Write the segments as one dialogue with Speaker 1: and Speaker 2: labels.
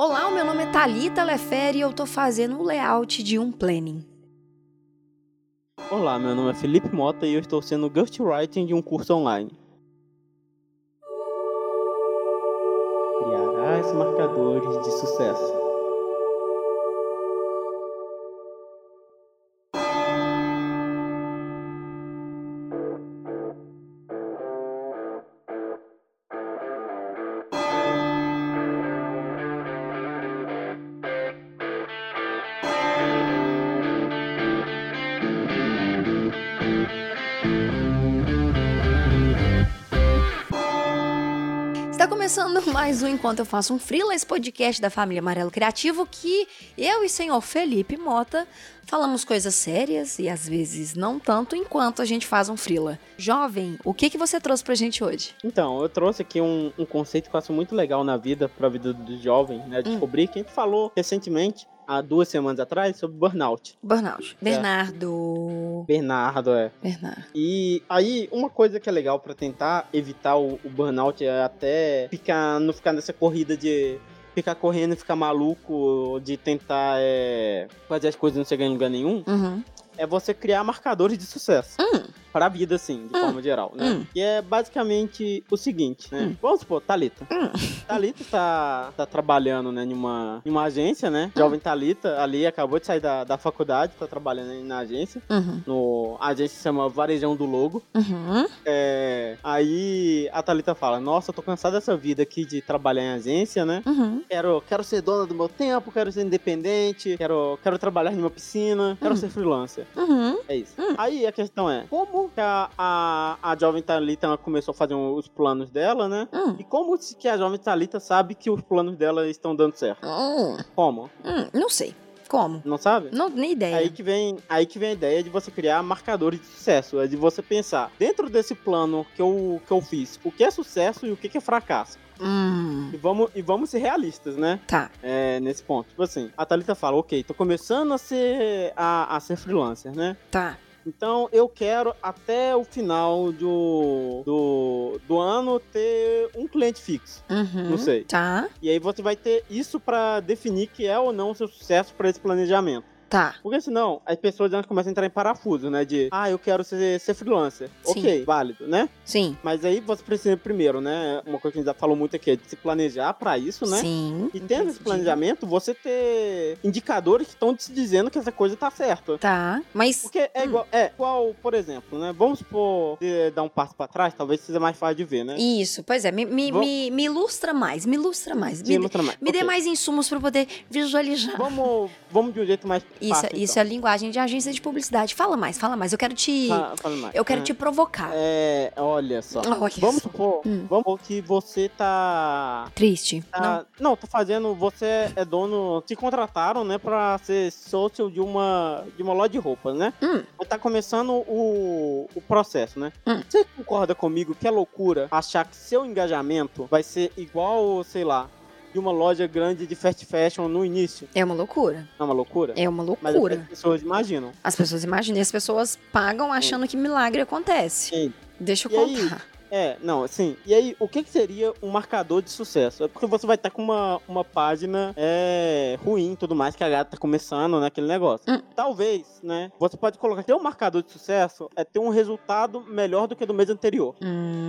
Speaker 1: Olá, o meu nome é Thalita Lefere e eu tô fazendo o layout de um planning.
Speaker 2: Olá, meu nome é Felipe Mota e eu estou sendo ghostwriting de um curso online. Criarás marcadores de sucesso.
Speaker 1: Está começando mais um Enquanto Eu Faço um Freela, esse podcast da família Amarelo Criativo, que eu e o senhor Felipe Mota falamos coisas sérias e às vezes não tanto enquanto a gente faz um Freela. Jovem, o que, que você trouxe pra gente hoje?
Speaker 2: Então, eu trouxe aqui um, um conceito que eu acho muito legal na vida, pra vida dos jovens, né? Descobrir que a gente falou recentemente, há duas semanas atrás, sobre burnout.
Speaker 1: Burnout. É. Bernardo.
Speaker 2: Bernardo, é.
Speaker 1: Bernardo.
Speaker 2: E aí, uma coisa que é legal pra tentar evitar o, o burnout é até ficar, não ficar nessa corrida de ficar correndo e ficar maluco, de tentar é, fazer as coisas e não chegar em lugar nenhum,
Speaker 1: Uhum.
Speaker 2: é você criar marcadores de sucesso.
Speaker 1: Hum.
Speaker 2: Pra vida, assim, de
Speaker 1: Hum.
Speaker 2: forma geral, né?
Speaker 1: Hum.
Speaker 2: Que é basicamente o seguinte, né?
Speaker 1: Hum.
Speaker 2: Vamos supor, Thalita.
Speaker 1: Hum.
Speaker 2: Thalita tá, tá trabalhando, né, em uma, em uma agência, né? Jovem Thalita ali acabou de sair da, da faculdade, tá trabalhando aí na agência.
Speaker 1: Uhum.
Speaker 2: No, a agência se chama Varejão do Logo.
Speaker 1: Uhum.
Speaker 2: É, aí a Thalita fala: Nossa, eu tô cansada dessa vida aqui de trabalhar em agência, né?
Speaker 1: Uhum.
Speaker 2: Quero, quero ser dona do meu tempo, quero ser independente, quero, quero trabalhar em uma piscina, quero
Speaker 1: Hum.
Speaker 2: ser freelancer.
Speaker 1: Uhum.
Speaker 2: É isso.
Speaker 1: Hum.
Speaker 2: Aí a questão é: como que a, a, a jovem Thalita ela começou a fazer um, os planos dela, né?
Speaker 1: Hum.
Speaker 2: E como se- que a jovem Thalita sabe que os planos dela estão dando certo?
Speaker 1: Hum.
Speaker 2: Como?
Speaker 1: Hum. Não sei. Como?
Speaker 2: Não sabe?
Speaker 1: Não, nem ideia.
Speaker 2: Aí que, vem, aí que vem a ideia de você criar marcadores de sucesso. É de você pensar, dentro desse plano que eu, que eu fiz, o que é sucesso e o que que é fracasso.
Speaker 1: Hum.
Speaker 2: E vamos, e vamos ser realistas, né?
Speaker 1: Tá.
Speaker 2: É, nesse ponto. Tipo assim, a Thalita fala, ok, tô começando a ser, a, a ser freelancer, né?
Speaker 1: Tá.
Speaker 2: Então eu quero até o final do, do, do ano ter um cliente fixo.
Speaker 1: Uhum.
Speaker 2: Não sei.
Speaker 1: Tá,
Speaker 2: E aí você vai ter isso pra definir que é ou não o seu sucesso pra esse planejamento.
Speaker 1: tá.
Speaker 2: Porque senão as pessoas elas começam a entrar em parafuso, né? De, ah, eu quero ser, ser freelancer.
Speaker 1: Sim.
Speaker 2: Ok, válido, né?
Speaker 1: Sim.
Speaker 2: Mas aí você precisa primeiro, né? Uma coisa que a gente já falou muito aqui é de se planejar pra isso, né?
Speaker 1: Sim.
Speaker 2: E tendo esse planejamento, você ter indicadores que estão te dizendo que essa coisa tá certa.
Speaker 1: Tá, mas.
Speaker 2: Porque é igual, é, igual, por exemplo, né? Vamos supor, se dar um passo pra trás, talvez seja mais fácil de ver, né?
Speaker 1: Isso, pois é, me, me,
Speaker 2: Vou-
Speaker 1: me, me ilustra mais, me ilustra mais.
Speaker 2: Sim,
Speaker 1: Me,
Speaker 2: ilustra mais.
Speaker 1: me dê
Speaker 2: Ok.
Speaker 1: mais insumos pra eu poder visualizar.
Speaker 2: Vamos, vamos de um jeito mais fácil.
Speaker 1: Isso, isso é linguagem de agência de publicidade. Fala mais, fala mais. Eu quero te.
Speaker 2: então. Fa- fala mais. Ah.
Speaker 1: eu quero
Speaker 2: Aham.
Speaker 1: te provocar.
Speaker 2: É, olha só.
Speaker 1: Olha
Speaker 2: vamos
Speaker 1: só.
Speaker 2: supor,
Speaker 1: Hum.
Speaker 2: vamos supor que você tá.
Speaker 1: Triste.
Speaker 2: tá- não. tô fazendo. Você é dono. Te contrataram, né? Pra ser sócio de uma, de uma loja de roupas, né?
Speaker 1: Hum.
Speaker 2: Mas Tá começando o, o processo, né?
Speaker 1: Hum.
Speaker 2: Você concorda comigo que é loucura achar que seu engajamento vai ser igual, sei lá, de uma loja grande de fast fashion no início?
Speaker 1: Não, é uma loucura.
Speaker 2: Não é uma loucura?
Speaker 1: É uma
Speaker 2: Mas
Speaker 1: loucura.
Speaker 2: as pessoas imaginam.
Speaker 1: As pessoas imaginam, e as pessoas pagam achando que milagre acontece.
Speaker 2: Sim.
Speaker 1: Deixa eu
Speaker 2: E aí?
Speaker 1: contar.
Speaker 2: É, não, assim. E aí, o que, que seria um marcador de sucesso? É porque você vai estar com uma, uma página é, ruim e tudo mais, que a galera tá começando, né? Aquele negócio.
Speaker 1: Hum.
Speaker 2: Talvez, né? Você pode colocar. Ter um marcador de sucesso é ter um resultado melhor do que do mês anterior.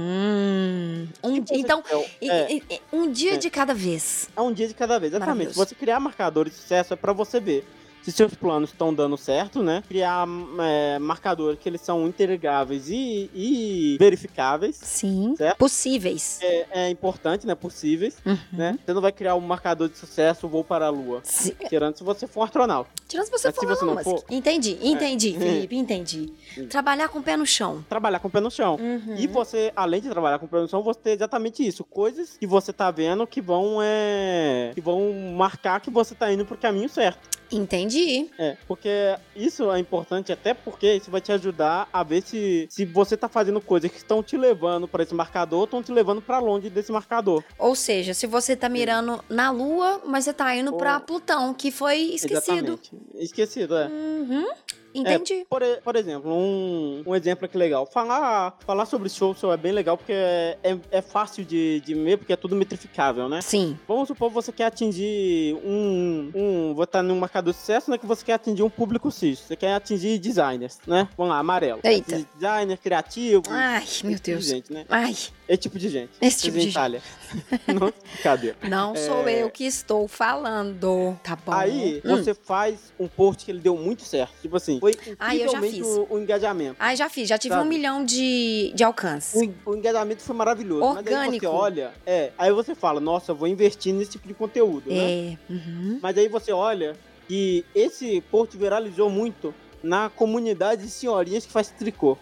Speaker 1: Hum, um-
Speaker 2: Tipo, você-
Speaker 1: então,
Speaker 2: é, o-
Speaker 1: e-
Speaker 2: é,
Speaker 1: e- e- um dia
Speaker 2: É.
Speaker 1: de cada vez.
Speaker 2: é um dia de cada vez, exatamente.
Speaker 1: Maravilhoso.
Speaker 2: Você criar marcadores de sucesso é pra você ver. Se seus planos estão dando certo, né? Criar é, marcadores que eles são entregáveis e, e verificáveis.
Speaker 1: Sim.
Speaker 2: Certo?
Speaker 1: Possíveis.
Speaker 2: É, é importante, né? Possíveis.
Speaker 1: Uhum.
Speaker 2: né? Você não vai criar um marcador de sucesso, vou para a lua.
Speaker 1: Se-
Speaker 2: Tirando se você for um astronauta.
Speaker 1: Tirando se você
Speaker 2: Mas se
Speaker 1: for
Speaker 2: você
Speaker 1: Elon
Speaker 2: não
Speaker 1: Musk. Entendi, entendi,
Speaker 2: É.
Speaker 1: Felipe, entendi.
Speaker 2: Hum.
Speaker 1: Trabalhar com o pé no chão.
Speaker 2: Trabalhar com o pé no chão.
Speaker 1: Uhum.
Speaker 2: E você, além de trabalhar com produção, você tem exatamente isso. Coisas que você tá vendo que vão, é... Que vão marcar que você tá indo pro caminho certo.
Speaker 1: Entendi.
Speaker 2: É. Porque isso é importante até porque isso vai te ajudar a ver se, se você tá fazendo coisas que estão te levando para esse marcador ou estão te levando para longe desse marcador.
Speaker 1: Ou seja, se você tá mirando na Lua, mas você tá indo
Speaker 2: Ou-
Speaker 1: pra Plutão, que foi esquecido.
Speaker 2: Exatamente. Esquecido, é.
Speaker 1: Uhum. Entendi.
Speaker 2: Por, e- por exemplo, um, um exemplo aqui legal. Falar, falar sobre show show é bem legal porque é, é, é fácil de, de ver, porque é tudo metrificável, né?
Speaker 1: Sim.
Speaker 2: Vamos supor que você quer atingir um. um vou estar num marcador de sucesso, né? Que você quer atingir um público cis. Você quer atingir designers, né? Vamos lá, amarelo.
Speaker 1: Eita.
Speaker 2: Atingir Designer, criativo.
Speaker 1: Ai, meu
Speaker 2: esse tipo de
Speaker 1: Deus.
Speaker 2: gente, né?
Speaker 1: Ai,
Speaker 2: Esse tipo de gente.
Speaker 1: Esse tipo de gente.
Speaker 2: Itália. Não, cadê?
Speaker 1: não sou eu que estou falando. Tá bom.
Speaker 2: É. Aí
Speaker 1: Hum.
Speaker 2: você faz um post que ele deu muito certo. Tipo assim, foi
Speaker 1: Ah, eu já
Speaker 2: incrivelmente
Speaker 1: fiz.
Speaker 2: o, o engajamento.
Speaker 1: Ai, já fiz, já tive
Speaker 2: Sabe?
Speaker 1: um milhão de, de alcance.
Speaker 2: O, en- o engajamento foi maravilhoso. Mas aí
Speaker 1: Orgânico.
Speaker 2: você olha, é, aí você fala, nossa, eu vou investir nesse tipo de conteúdo, né?
Speaker 1: É. uhum.
Speaker 2: Mas aí você olha que esse post viralizou muito na comunidade de senhorinhas que faz tricô,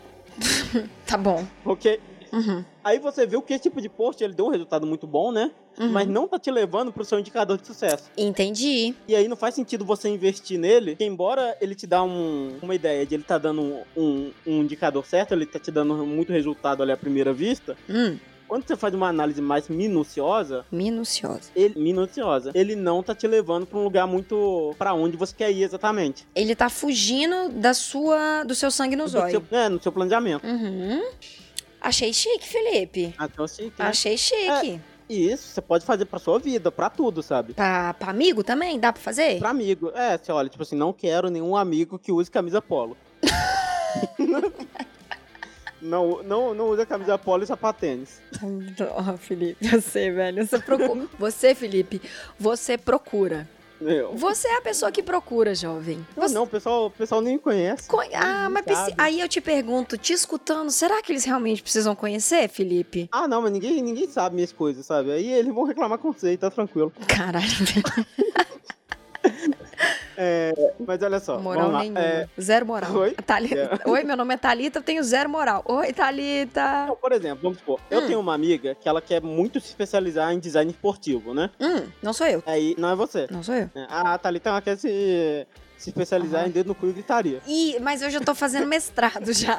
Speaker 1: Tá bom.
Speaker 2: ok?
Speaker 1: Uhum.
Speaker 2: Aí você viu que esse tipo de post, ele deu um resultado muito bom, né?
Speaker 1: Uhum.
Speaker 2: Mas não tá te levando pro seu indicador de sucesso.
Speaker 1: Entendi.
Speaker 2: E aí não faz sentido você investir nele, que embora ele te dá um- uma ideia de ele tá dando um, um- um indicador certo, ele tá te dando muito resultado ali à primeira vista,
Speaker 1: Hum,
Speaker 2: quando você faz uma análise mais minuciosa,
Speaker 1: minuciosa.
Speaker 2: ele, minuciosa, ele não tá te levando pra um lugar muito pra onde você quer ir exatamente.
Speaker 1: Ele tá fugindo da sua, do seu sangue no
Speaker 2: No seu,
Speaker 1: zóio.
Speaker 2: é, no seu planejamento.
Speaker 1: Uhum. Achei chique, Felipe.
Speaker 2: Então, assim, que-
Speaker 1: Achei chique.
Speaker 2: E isso você pode fazer pra sua vida, pra tudo, sabe?
Speaker 1: Pra, pra amigo também? Dá pra fazer?
Speaker 2: Pra amigo. É, você olha, tipo assim, não quero nenhum amigo que use camisa polo. não, não, não usa camisa polo e sapatênis.
Speaker 1: Ó, Ah, Felipe, eu sei, velho. Você, procura... você, Felipe, você procura.
Speaker 2: Eu.
Speaker 1: Você é a pessoa que procura, jovem.
Speaker 2: Não,
Speaker 1: Você...
Speaker 2: Ah, Não, o pessoal, o pessoal nem conhece.
Speaker 1: Conhe- Ah,
Speaker 2: Ninguém
Speaker 1: mas precisa-
Speaker 2: sabe.
Speaker 1: aí eu te pergunto, te escutando, será que eles realmente precisam conhecer, Felipe?
Speaker 2: Ah, não, mas ninguém, ninguém sabe minhas coisas, sabe? Aí eles vão reclamar com você, tá tranquilo.
Speaker 1: Caralho,
Speaker 2: É, Mas olha só.
Speaker 1: moral
Speaker 2: vamos
Speaker 1: nenhuma.
Speaker 2: lá. É,
Speaker 1: Zero moral.
Speaker 2: Oi?
Speaker 1: Thali-
Speaker 2: É.
Speaker 1: Oi, meu nome é Thalita, eu tenho zero moral. Oi, Thalita.
Speaker 2: não, por exemplo, vamos supor, eu
Speaker 1: Hum.
Speaker 2: tenho uma amiga que ela quer muito se especializar em design esportivo, né?
Speaker 1: Hum, não sou eu.
Speaker 2: Aí não é você.
Speaker 1: Não sou eu.
Speaker 2: né? A Thalita ela quer se, se especializar
Speaker 1: Aham.
Speaker 2: em dedo no cu e gritaria.
Speaker 1: Ih, mas eu já tô fazendo mestrado já.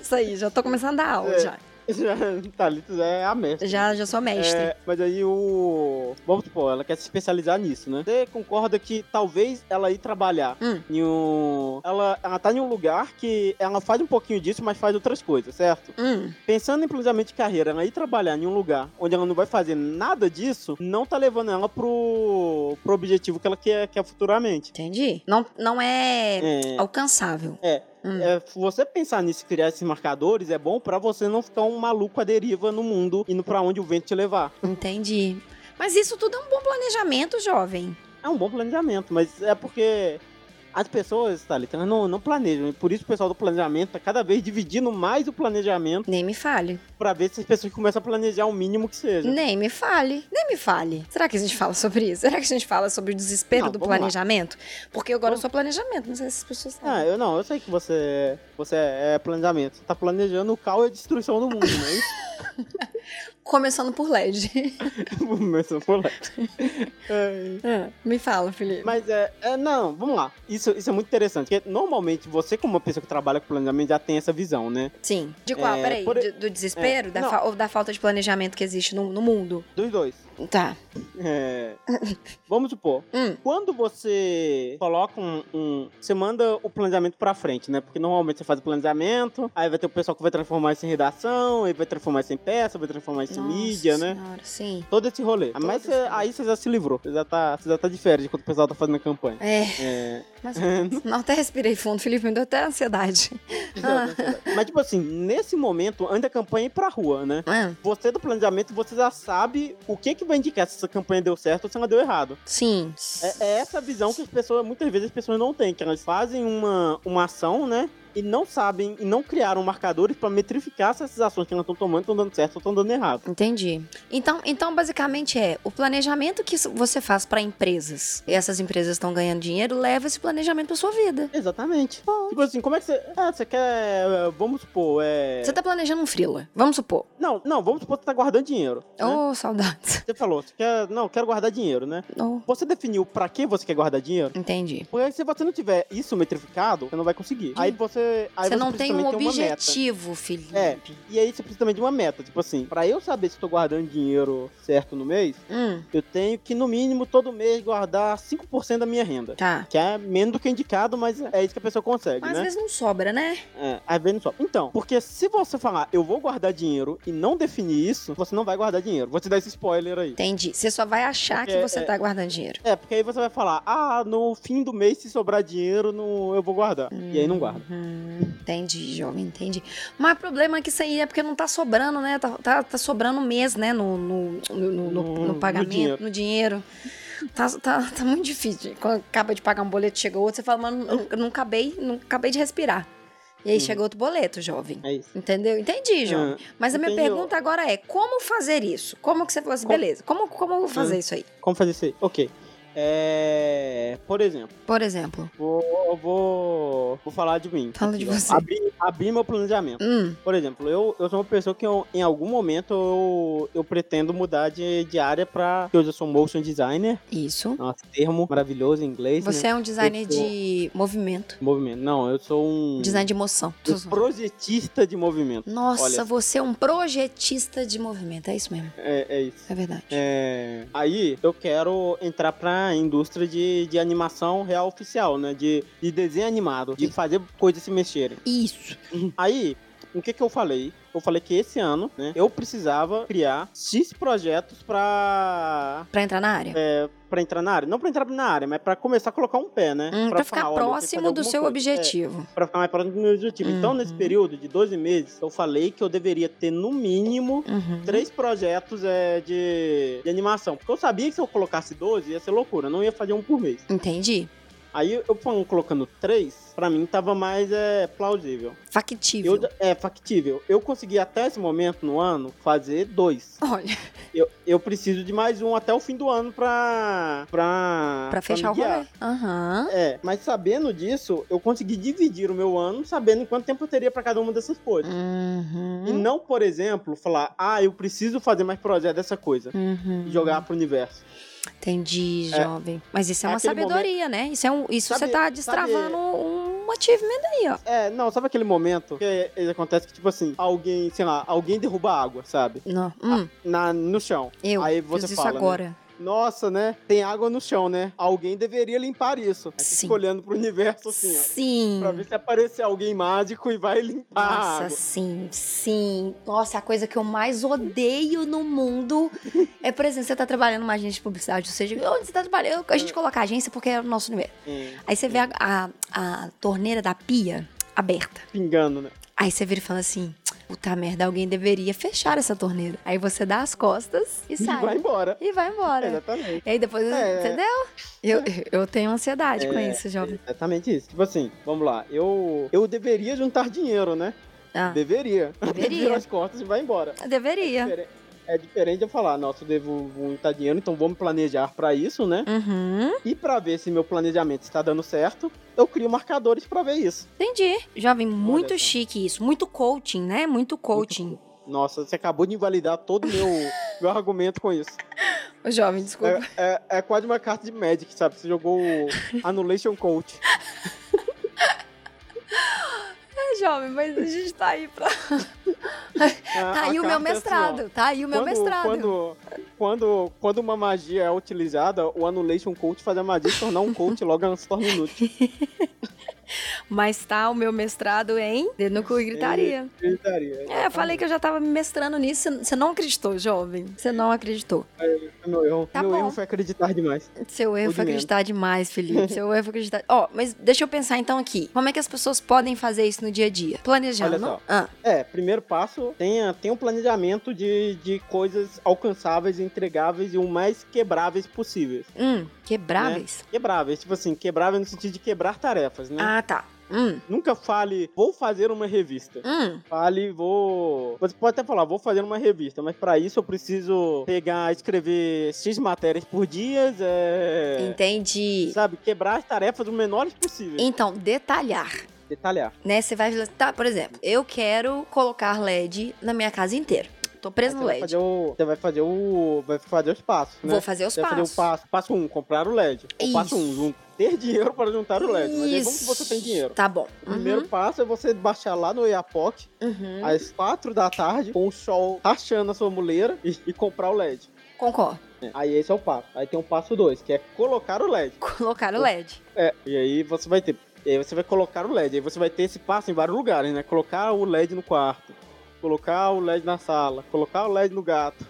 Speaker 1: Isso aí, já tô começando a dar aula
Speaker 2: É.
Speaker 1: já.
Speaker 2: Já, Thalita já é a mestra.
Speaker 1: Já, já sou mestre.
Speaker 2: É, mas aí o. Vamos supor, ela quer se especializar nisso, né? Você concorda que talvez ela ir trabalhar
Speaker 1: Hum.
Speaker 2: em um. Ela, ela tá em um lugar que ela faz um pouquinho disso, mas faz outras coisas, certo?
Speaker 1: Hum,
Speaker 2: Pensando em planejamento de carreira, ela ir trabalhar em um lugar onde ela não vai fazer nada disso, não tá levando ela pro, pro objetivo que ela quer, quer futuramente.
Speaker 1: entendi. Não, não é,
Speaker 2: É,
Speaker 1: alcançável.
Speaker 2: É.
Speaker 1: Hum.
Speaker 2: é, você pensar nisso, e criar esses marcadores, é bom pra você não ficar um maluco à deriva no mundo, indo pra onde o vento te levar.
Speaker 1: Entendi. Mas isso tudo é um bom planejamento, jovem.
Speaker 2: É um bom planejamento, mas é porque as pessoas, Thalita, elas não, não planejam. E por isso o pessoal do planejamento tá cada vez dividindo mais o planejamento
Speaker 1: Nem me fale.
Speaker 2: pra ver se as pessoas começam a planejar o mínimo que seja.
Speaker 1: Nem me fale, nem me fale. Será que a gente fala sobre isso? Será que a gente fala sobre o desespero
Speaker 2: Não,
Speaker 1: do
Speaker 2: vamos lá.
Speaker 1: planejamento? Porque agora
Speaker 2: Vamos-
Speaker 1: eu sou planejamento, não sei se as pessoas
Speaker 2: Ah,
Speaker 1: sabem.
Speaker 2: eu não, eu sei que você, você é planejamento. Você tá planejando o caos e a destruição do mundo, não é isso?
Speaker 1: Começando por LED.
Speaker 2: Mas eu vou lá. tá É,
Speaker 1: Ah, me fala, Felipe.
Speaker 2: Mas é, é, Não, vamos lá. Isso, isso é muito interessante. Porque normalmente você, como uma pessoa que trabalha com planejamento, já tem essa visão, né?
Speaker 1: Sim. De qual?
Speaker 2: É,
Speaker 1: Peraí.
Speaker 2: por-
Speaker 1: Do, do desespero?
Speaker 2: é,
Speaker 1: da
Speaker 2: não.
Speaker 1: fa- Ou da falta de planejamento que existe no, no mundo?
Speaker 2: Dos dois.
Speaker 1: Tá.
Speaker 2: É, vamos supor,
Speaker 1: Hum.
Speaker 2: quando você coloca um, um- Você manda o planejamento pra frente, né? Porque normalmente você faz o planejamento, aí vai ter o pessoal que vai transformar isso em redação, aí vai transformar isso em peça, vai transformar isso em
Speaker 1: Nossa
Speaker 2: mídia, né?
Speaker 1: Senhora, sim.
Speaker 2: Todo esse rolê.
Speaker 1: Todo
Speaker 2: Ah, Mas cê-
Speaker 1: esse rolê.
Speaker 2: aí você já se livrou. Você já tá, você já tá de férias enquanto o pessoal tá fazendo a campanha.
Speaker 1: É,
Speaker 2: É.
Speaker 1: mas não, até respirei fundo, Felipe, me deu até ansiedade.
Speaker 2: Mas, tipo assim, nesse momento, antes da campanha ir pra rua, né?
Speaker 1: Ah,
Speaker 2: Você do planejamento, você já sabe o que que vai indicar se essa campanha deu certo ou se ela deu errado.
Speaker 1: sim.
Speaker 2: É, é essa visão que as pessoas, muitas vezes, as pessoas não têm, que elas fazem uma, uma ação, né? E não sabem, e não criaram marcadores pra metrificar se essas ações que elas estão tomando estão dando certo ou estão dando errado.
Speaker 1: Entendi. Então, então basicamente é o planejamento que isso- você faz para empresas. E essas empresas estão ganhando dinheiro, leva esse planejamento para sua vida.
Speaker 2: Exatamente. Tipo assim, como é que você. Ah, você quer. eh, Vamos supor, é.
Speaker 1: Você tá planejando um freela, vamos supor.
Speaker 2: Não, não, vamos supor que você tá guardando dinheiro. né?
Speaker 1: Oh, saudades.
Speaker 2: Você falou, você quer. Não, quero guardar dinheiro, né?
Speaker 1: Oh,
Speaker 2: Você definiu pra que você quer guardar dinheiro?
Speaker 1: entendi.
Speaker 2: Porque se você não tiver isso metrificado, você não vai conseguir. Aí você você. Aí
Speaker 1: Hum. você não
Speaker 2: precisa
Speaker 1: tem um
Speaker 2: também ter uma meta.
Speaker 1: objetivo, Felipe.
Speaker 2: É, e aí você precisa também de uma meta. Tipo assim, pra eu saber se eu tô guardando dinheiro certo no mês,
Speaker 1: Hum,
Speaker 2: eu tenho que, no mínimo, todo mês guardar 5% da minha renda.
Speaker 1: tá.
Speaker 2: Que é menos do que indicado, mas é isso que a pessoa consegue,
Speaker 1: Mas às
Speaker 2: né?
Speaker 1: vezes não sobra, né?
Speaker 2: É, aí vem no swap. Então, porque se você falar, eu vou guardar dinheiro e não definir isso, você não vai guardar dinheiro. Vou te dar esse spoiler aí.
Speaker 1: Entendi. Você só vai achar que
Speaker 2: Porque,
Speaker 1: você
Speaker 2: é-
Speaker 1: tá guardando dinheiro.
Speaker 2: É, porque aí você vai falar, ah, no fim do mês, se sobrar dinheiro, não, eu vou guardar. E aí não guarda.
Speaker 1: Hum, entendi, jovem, entendi. Mas o problema é que isso aí é porque não tá sobrando, né? Tá, tá, tá sobrando mês, né? No, no, no- no- no-
Speaker 2: No-
Speaker 1: no
Speaker 2: no
Speaker 1: pagamento,
Speaker 2: dinheiro.
Speaker 1: no dinheiro. Tá, tá, tá muito difícil. Quando acaba de pagar um boleto, chega outro, você fala, mano, eu não acabei, não acabei de respirar. E aí
Speaker 2: Sim.
Speaker 1: chega outro boleto, jovem.
Speaker 2: É isso.
Speaker 1: Entendeu? Entendi, jovem.
Speaker 2: Ah,
Speaker 1: Mas a minha
Speaker 2: entendi.
Speaker 1: pergunta agora é: como fazer isso? Como que você falou assim,
Speaker 2: Como-
Speaker 1: beleza? Como, como eu vou fazer
Speaker 2: Uhum.
Speaker 1: isso aí?
Speaker 2: como fazer isso aí? Ok. É, por exemplo,
Speaker 1: Por exemplo.
Speaker 2: vou, eu vou, vou falar de mim.
Speaker 1: Fala de
Speaker 2: Aqui, ó.
Speaker 1: você.
Speaker 2: Abri, abri meu planejamento.
Speaker 1: Hum,
Speaker 2: Por exemplo, eu, eu sou uma pessoa que eu- em algum momento eu, eu pretendo mudar de, de área pra. porque Hoje eu sou motion designer.
Speaker 1: isso.
Speaker 2: Nossa, termo maravilhoso em inglês. né?
Speaker 1: Você é um designer
Speaker 2: sou-
Speaker 1: de movimento.
Speaker 2: Movimento. Não, eu sou um.
Speaker 1: Design de emoção.
Speaker 2: um projetista de movimento.
Speaker 1: Nossa,
Speaker 2: Olha.
Speaker 1: você é um projetista de movimento. É isso mesmo.
Speaker 2: É, é isso.
Speaker 1: É verdade.
Speaker 2: É, aí eu quero entrar pra indústria de, de animação real oficial, né? De, de desenho animado, de fazer coisas se mexerem.
Speaker 1: Isso.
Speaker 2: Aí, o que que eu falei? Eu falei que esse ano, né, eu precisava criar X projetos pra,
Speaker 1: Pra entrar na
Speaker 2: É,
Speaker 1: área.
Speaker 2: pra entrar na área. Não pra entrar na área, mas pra começar a colocar um pé, né?
Speaker 1: Hum, pra, ficar
Speaker 2: falar, olha, eu tenho que
Speaker 1: próximo
Speaker 2: fazer
Speaker 1: do
Speaker 2: alguma
Speaker 1: seu
Speaker 2: coisa. É,
Speaker 1: objetivo.
Speaker 2: pra ficar mais próximo do meu objetivo. Então, nesse
Speaker 1: Uhum.
Speaker 2: período de 12 meses, eu falei que eu deveria ter no mínimo
Speaker 1: Uhum.
Speaker 2: três projetos é, de, de animação. Porque eu sabia que se eu colocasse 12 ia ser loucura, eu não ia fazer um por mês.
Speaker 1: Entendi.
Speaker 2: Aí eu falando, colocando três, pra mim tava mais é, plausível.
Speaker 1: Factível.
Speaker 2: Eu, da- é factível. Eu consegui até esse momento no ano fazer dois.
Speaker 1: Olha,
Speaker 2: Eu, eu preciso de mais um até o fim do ano pra. pra.
Speaker 1: pra
Speaker 2: me
Speaker 1: fechar o
Speaker 2: guiar.
Speaker 1: rolê. Aham.
Speaker 2: É, mas sabendo disso, eu consegui dividir o meu ano sabendo quanto tempo eu teria pra cada uma dessas coisas. E
Speaker 1: Uhum.
Speaker 2: não, por exemplo, falar, ah, eu preciso fazer mais projeto dessa coisa.
Speaker 1: Uhum.
Speaker 2: E jogar pro universo.
Speaker 1: Entendi,
Speaker 2: É.
Speaker 1: jovem. Mas isso é uma
Speaker 2: Aquele
Speaker 1: sabedoria, né? Isso, é um, isso
Speaker 2: Sabe-
Speaker 1: você tá destravando um achievement aí, ó.
Speaker 2: É, não, sabe aquele momento que ele acontece que, tipo assim, alguém, sei lá, alguém derruba água, sabe?
Speaker 1: Não. Hum,
Speaker 2: Na, no chão.
Speaker 1: eu
Speaker 2: ah, Aí você
Speaker 1: fiz isso
Speaker 2: fala, né?
Speaker 1: agora.
Speaker 2: Nossa, né? Tem água no chão, né? Alguém deveria limpar isso. Aí você
Speaker 1: Sim.
Speaker 2: fica olhando pro universo assim, ó.
Speaker 1: Sim.
Speaker 2: Pra ver Ah, se aparecer alguém mágico e vai limpar a
Speaker 1: Nossa,
Speaker 2: água.
Speaker 1: sim, sim. Nossa, a coisa que eu mais odeio no mundo é, por exemplo, você tá trabalhando numa agência de publicidade, ou seja, onde você tá trabalhando? A gente coloca a agência porque é o nosso universo.
Speaker 2: Hum,
Speaker 1: Aí você vê a, a- a torneira da pia aberta.
Speaker 2: pingando, né?
Speaker 1: Aí você vira e fala assim: puta merda, alguém deveria fechar essa torneira. Aí você dá as costas e sai.
Speaker 2: E vai embora.
Speaker 1: E vai embora.
Speaker 2: Exatamente.
Speaker 1: E aí depois,
Speaker 2: É.
Speaker 1: entendeu? Eu, eu tenho ansiedade com
Speaker 2: É,
Speaker 1: isso, jovem.
Speaker 2: Exatamente isso. Tipo assim, vamos lá. Eu, eu deveria juntar dinheiro, né?
Speaker 1: Ah,
Speaker 2: Deveria.
Speaker 1: Deveria.
Speaker 2: Vira as costas e vai embora.
Speaker 1: deveria.
Speaker 2: Diferen- É diferente de eu falar, nossa, eu devo juntar dinheiro, então vamos planejar pra isso, né?
Speaker 1: Uhum.
Speaker 2: E pra ver se meu planejamento está dando certo, eu crio marcadores pra ver isso.
Speaker 1: Entendi. Jovem, muito
Speaker 2: só.
Speaker 1: chique isso. Muito coaching, né? Muito coaching.
Speaker 2: Nossa, você acabou de invalidar todo o meu, meu argumento com isso.
Speaker 1: Ô, Jovem, desculpa.
Speaker 2: É, é- é quase uma carta de Magic, sabe? Você jogou o Annulation Coach.
Speaker 1: É, Jovem, mas a gente tá aí pra.
Speaker 2: A-
Speaker 1: Tá
Speaker 2: a
Speaker 1: aí o meu
Speaker 2: carta é assim, ó.
Speaker 1: mestrado. Tá aí o meu
Speaker 2: quando,
Speaker 1: mestrado.
Speaker 2: Quando, quando, quando uma magia é utilizada, o Annulation Coach faz a magia se tornar um coach logo se torna inútil.
Speaker 1: Mas tá o meu mestrado em Dedo no cu e gritaria.
Speaker 2: Gritaria.
Speaker 1: É, eu falei que eu já tava me mestrando nisso. você- Você não acreditou, jovem. Você não acreditou.
Speaker 2: Meu erro,
Speaker 1: Tá
Speaker 2: meu
Speaker 1: bom.
Speaker 2: erro foi acreditar demais.
Speaker 1: Seu erro
Speaker 2: Ou de
Speaker 1: foi
Speaker 2: menos.
Speaker 1: acreditar demais, Felipe. Seu erro foi acreditar. Ó, mas deixa eu pensar então aqui. Como é que as pessoas podem fazer isso no dia a dia? Planejando.
Speaker 2: Olha só.
Speaker 1: Ah,
Speaker 2: É, primeiro passo, tenha, tenha um planejamento de, de coisas alcançáveis, entregáveis e o mais quebráveis possíveis.
Speaker 1: hum, quebráveis.
Speaker 2: Quebráveis, tipo assim, quebráveis no sentido de quebrar tarefas, né?
Speaker 1: Ah, tá. Hum,
Speaker 2: Nunca fale, vou fazer uma revista.
Speaker 1: hum.
Speaker 2: Fale, vou. Você pode até falar, vou fazer uma revista, mas pra isso eu preciso pegar, escrever X matérias por dia, é...
Speaker 1: Entendi.
Speaker 2: sabe? Quebrar as tarefas o menores possível.
Speaker 1: Então, detalhar.
Speaker 2: Detalhar.
Speaker 1: assim, Né, você vai. Tá, por exemplo, eu quero colocar LED na minha casa inteira. Tô preso
Speaker 2: Aí
Speaker 1: no
Speaker 2: você vai
Speaker 1: LED.
Speaker 2: fazer o- você vai fazer o. Vai fazer os passos, né?
Speaker 1: Vou fazer os
Speaker 2: você vai
Speaker 1: passos.
Speaker 2: fazer o passo. Passo 1, um, comprar o LED. Ou passo 1, um,
Speaker 1: Isso.
Speaker 2: jun- ter dinheiro para juntar o LED. Mas aí como que
Speaker 1: Isso.
Speaker 2: você tem dinheiro?
Speaker 1: Tá bom.
Speaker 2: O primeiro passo é você baixar lá no Iapoc
Speaker 1: Uhum, uhum.
Speaker 2: às 4 da tarde, com o sol rachando a sua muleira e, e comprar o LED.
Speaker 1: Concordo.
Speaker 2: Aí esse é o passo. Aí tem o passo 2, que é colocar o LED.
Speaker 1: Colocar o LED.
Speaker 2: É, e aí você vai ter. E aí você vai colocar o LED. Aí você vai ter esse passo em vários lugares, né? Colocar o LED no quarto, colocar o LED na sala, colocar o LED no gato.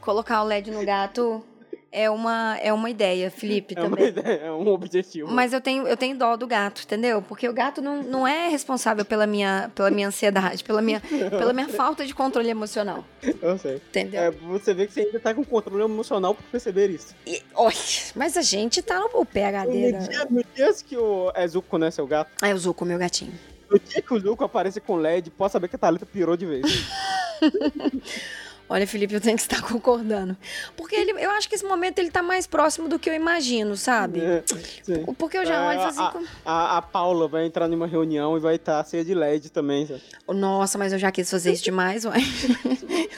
Speaker 1: Colocar o LED no gato é uma, é uma ideia, Felipe,
Speaker 2: É, uma
Speaker 1: também.
Speaker 2: ideia, é um objetivo.
Speaker 1: Mas eu tenho, eu tenho dó do gato, entendeu? Porque o gato não, não é responsável pela minha, pela minha ansiedade, pela minha, pela minha falta de controle emocional.
Speaker 2: Eu sei.
Speaker 1: Entendeu?
Speaker 2: É, você vê que você ainda tá com controle emocional por perceber isso.
Speaker 1: E, olha, mas a gente tá no o PHD.
Speaker 2: No
Speaker 1: Da...
Speaker 2: dia, no dia que o é, Zuko conhece o gato,
Speaker 1: Ah, eu zoo com o meu gatinho.
Speaker 2: no dia que o Zuko aparece com LED, pode saber que a Thalita pirou de vez.
Speaker 1: Olha, Felipe, eu tenho que estar concordando. Porque ele, eu acho que esse momento ele tá mais próximo do que eu imagino, sabe?
Speaker 2: É, sim.
Speaker 1: Porque eu já
Speaker 2: É,
Speaker 1: olho e falo assim.
Speaker 2: a-
Speaker 1: como-
Speaker 2: A, a Paula vai entrar numa reunião e vai estar cheia de LED também. sabe?
Speaker 1: Nossa, mas eu já quis fazer isso demais, ué.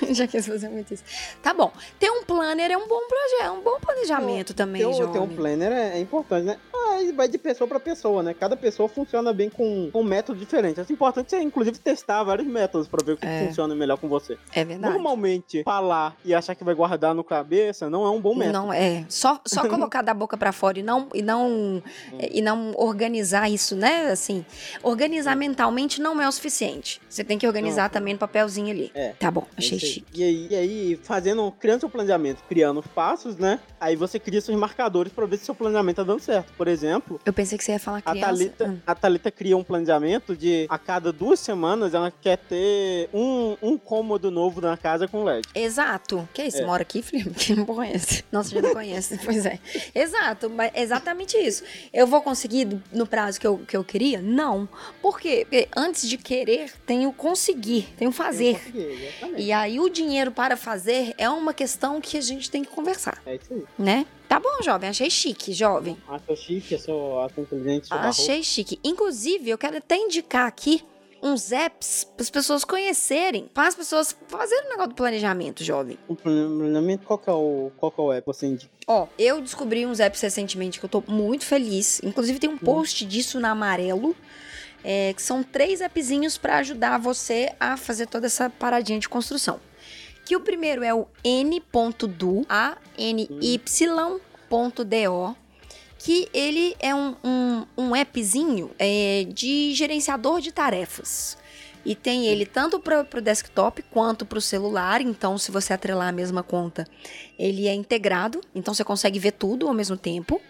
Speaker 1: Eu já quis fazer muito isso. Tá bom. Ter um planner é um bom projeto, é um bom planejamento também,
Speaker 2: Ter um,
Speaker 1: João.
Speaker 2: ter um planner é, é importante, né? Mas vai de pessoa pra pessoa, né? Cada pessoa funciona bem com, com um método diferente. É importante é, inclusive, testar vários métodos pra ver o que
Speaker 1: É.
Speaker 2: funciona melhor com você.
Speaker 1: É verdade.
Speaker 2: Normalmente, falar e achar que vai guardar no cabeça não é um bom método.
Speaker 1: Não, é. Só, só colocar da boca pra fora e não, e,
Speaker 2: Hum.
Speaker 1: não, e não organizar isso, né? Assim, organizar mentalmente não é o suficiente. Você tem que organizar
Speaker 2: Hum. Não.
Speaker 1: também no papelzinho ali.
Speaker 2: É.
Speaker 1: Tá bom,
Speaker 2: É isso
Speaker 1: achei
Speaker 2: aí.
Speaker 1: chique.
Speaker 2: E aí, e aí, fazendo, criando seu planejamento, criando os passos, né? Aí você cria seus marcadores pra ver se seu planejamento tá dando certo. Por exemplo,
Speaker 1: Eu pensei que você ia falar
Speaker 2: A
Speaker 1: criança. ah.
Speaker 2: Thalita, a Thalita cria um planejamento de a cada duas semanas ela quer ter um, um cômodo novo na casa com LED.
Speaker 1: Ah, Exato. Que isso?
Speaker 2: É.
Speaker 1: Mora aqui, Felipe? Que não conhece. Nossa, já não conhece. pois é. Exato, mas é exatamente isso. Eu vou conseguir do- no prazo que eu, que eu queria? Não. Por quê? Porque antes de querer, tem o conseguir, tem o fazer.
Speaker 2: Exatamente.
Speaker 1: E aí o dinheiro para fazer é uma questão que a gente tem que conversar,
Speaker 2: É isso aí.
Speaker 1: né? Tá bom, jovem, achei chique, jovem.
Speaker 2: Ah, sou chique, eu sou, eu sou inteligente, sou barroco.
Speaker 1: Achei chique. Inclusive, eu quero até indicar aqui uns apps para as pessoas conhecerem, para as pessoas fazerem o negócio do planejamento, jovem.
Speaker 2: O Um planejamento, qual que é o, qual que é o app? Assim, de-
Speaker 1: Ó, eu descobri uns apps recentemente que eu tô muito feliz. Inclusive, tem um post disso na Amarelo, é, que são três appzinhos para ajudar você a fazer toda essa paradinha de construção. Que o primeiro é o N.do, A-N-Y.do, que ele é um, um, um appzinho é, de gerenciador de tarefas. E tem ele tanto para o desktop quanto para o celular. Então, se você atrelar a mesma conta, ele é integrado. Então, você consegue ver tudo ao mesmo tempo.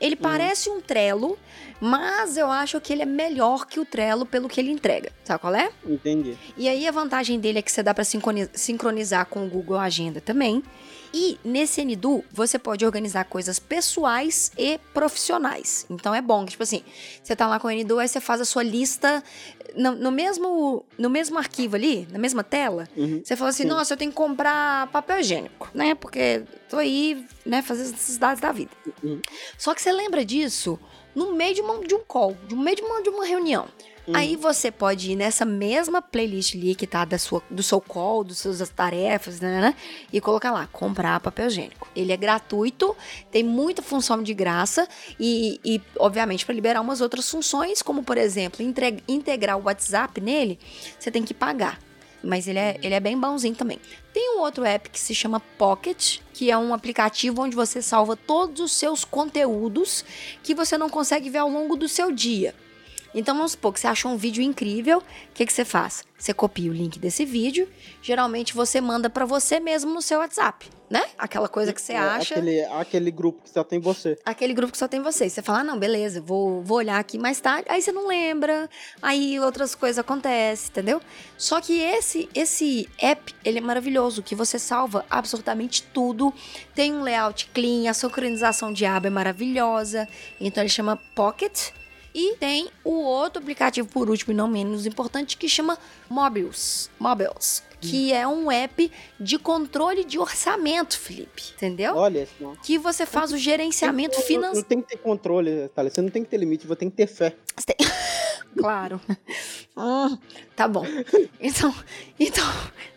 Speaker 1: Ele parece um Trello, mas eu acho que ele é melhor que o Trello pelo que ele entrega. Sabe qual é?
Speaker 2: entendi.
Speaker 1: E aí a vantagem dele é que você dá para sincronizar com o Google Agenda também. E nesse NDU, você pode organizar coisas pessoais e profissionais. Então é bom que, tipo assim, você tá lá com o NDU, aí você faz a sua lista eh, no, no mesmo, no mesmo arquivo ali, na mesma tela.
Speaker 2: Uhum.
Speaker 1: Você fala assim,
Speaker 2: Sim.
Speaker 1: nossa, eu tenho que comprar papel higiênico, né? Porque tô aí, né, fazendo as necessidades da vida.
Speaker 2: Uhum.
Speaker 1: Só que você lembra disso no meio de, uma, de um call, no meio de uma, de uma reunião.
Speaker 2: Uhum.
Speaker 1: Aí você pode ir nessa mesma playlist ali que tá da sua, do seu call, dos suas tarefas, né, né, né, e colocar lá, comprar papel higiênico. Ele é gratuito, tem muita função de graça e, e obviamente, para liberar umas outras funções, como, por exemplo, entre- integrar o WhatsApp nele, você tem que pagar. Mas ele é, ele é bem bonzinho também. Tem um outro app que se chama Pocket, que é um aplicativo onde você salva todos os seus conteúdos que você não consegue ver ao longo do seu dia. Então vamos supor que você achou um vídeo incrível, o que, que você faz? Você copia o link desse vídeo, geralmente você manda para você mesmo no seu WhatsApp, né? Aquela coisa que você
Speaker 2: É,
Speaker 1: acha
Speaker 2: Aquele, aquele grupo que só tem você.
Speaker 1: aquele grupo que só tem vocês. Você fala, ah, não, beleza, vou, vou olhar aqui mais tarde. Aí você não lembra, aí outras coisas acontecem, entendeu? Só que esse esse app, ele é maravilhoso, que você salva absolutamente tudo. Tem um layout clean, a sincronização de aba é maravilhosa. Então ele chama Pocket. E tem o outro aplicativo, por último e não menos importante, que chama Mobiles. Mobiles. Que é um app de controle de orçamento, Felipe. Entendeu?
Speaker 2: Olha, esse não.
Speaker 1: que você faz o gerenciamento
Speaker 2: Não, não
Speaker 1: financeiro.
Speaker 2: tem que ter controle, Thalita. Você não tem que ter limite, você tem que ter fé.
Speaker 1: Claro. Hum, tá bom. Então, então,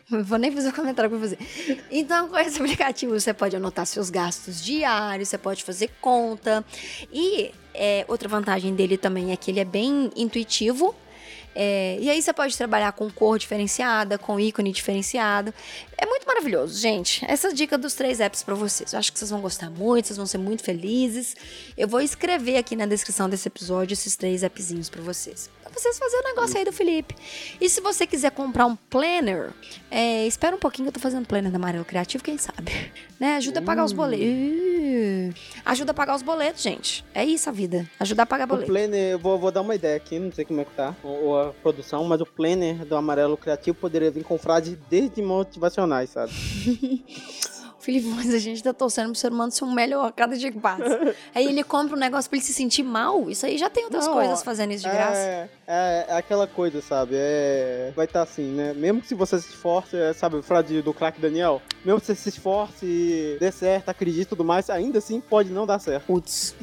Speaker 1: não vou nem fazer o comentário pra você. Então, com esse aplicativo, você pode anotar seus gastos diários, você pode fazer conta. E é, outra vantagem dele também é que ele é bem intuitivo. É, e aí você pode trabalhar com cor diferenciada, com ícone diferenciado. É muito maravilhoso, gente. Essa é a dica dos três apps para vocês. Eu acho que vocês vão gostar muito, vocês vão ser muito felizes. Eu vou escrever aqui na descrição desse episódio esses três appzinhos para vocês. Pra vocês fazerem o um negócio aí do Felipe. E se você quiser comprar um planner, é, espera um pouquinho que eu tô fazendo planner da Amarelo Criativo, quem sabe? Né? Ajuda a pagar os boletos.
Speaker 2: Hum.
Speaker 1: Uh, ajuda a pagar os boletos, gente. É isso a vida. Ajudar a pagar boleto.
Speaker 2: O planner, eu vou, vou dar uma ideia aqui, não sei como é que tá. Ou a produção, mas o planner do Amarelo Criativo poderia vir com frases desmotivacionais, sabe?
Speaker 1: Felipe, mas a gente tá torcendo pro ser humano ser um melhor a cada dia que passa. aí ele compra um negócio pra ele se sentir mal. Isso aí já tem outras
Speaker 2: Não,
Speaker 1: coisas fazendo isso de graça.
Speaker 2: É, é, é aquela coisa, sabe? É, vai estar assim, né? Mesmo que se você se esforce, é, sabe, frase do craque Daniel? Mesmo que você se esforce e dê certo, acredite e tudo mais, ainda assim pode não dar certo.
Speaker 1: Putz.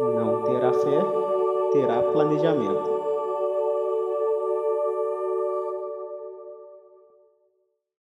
Speaker 2: Não terá fé, terá planejamento.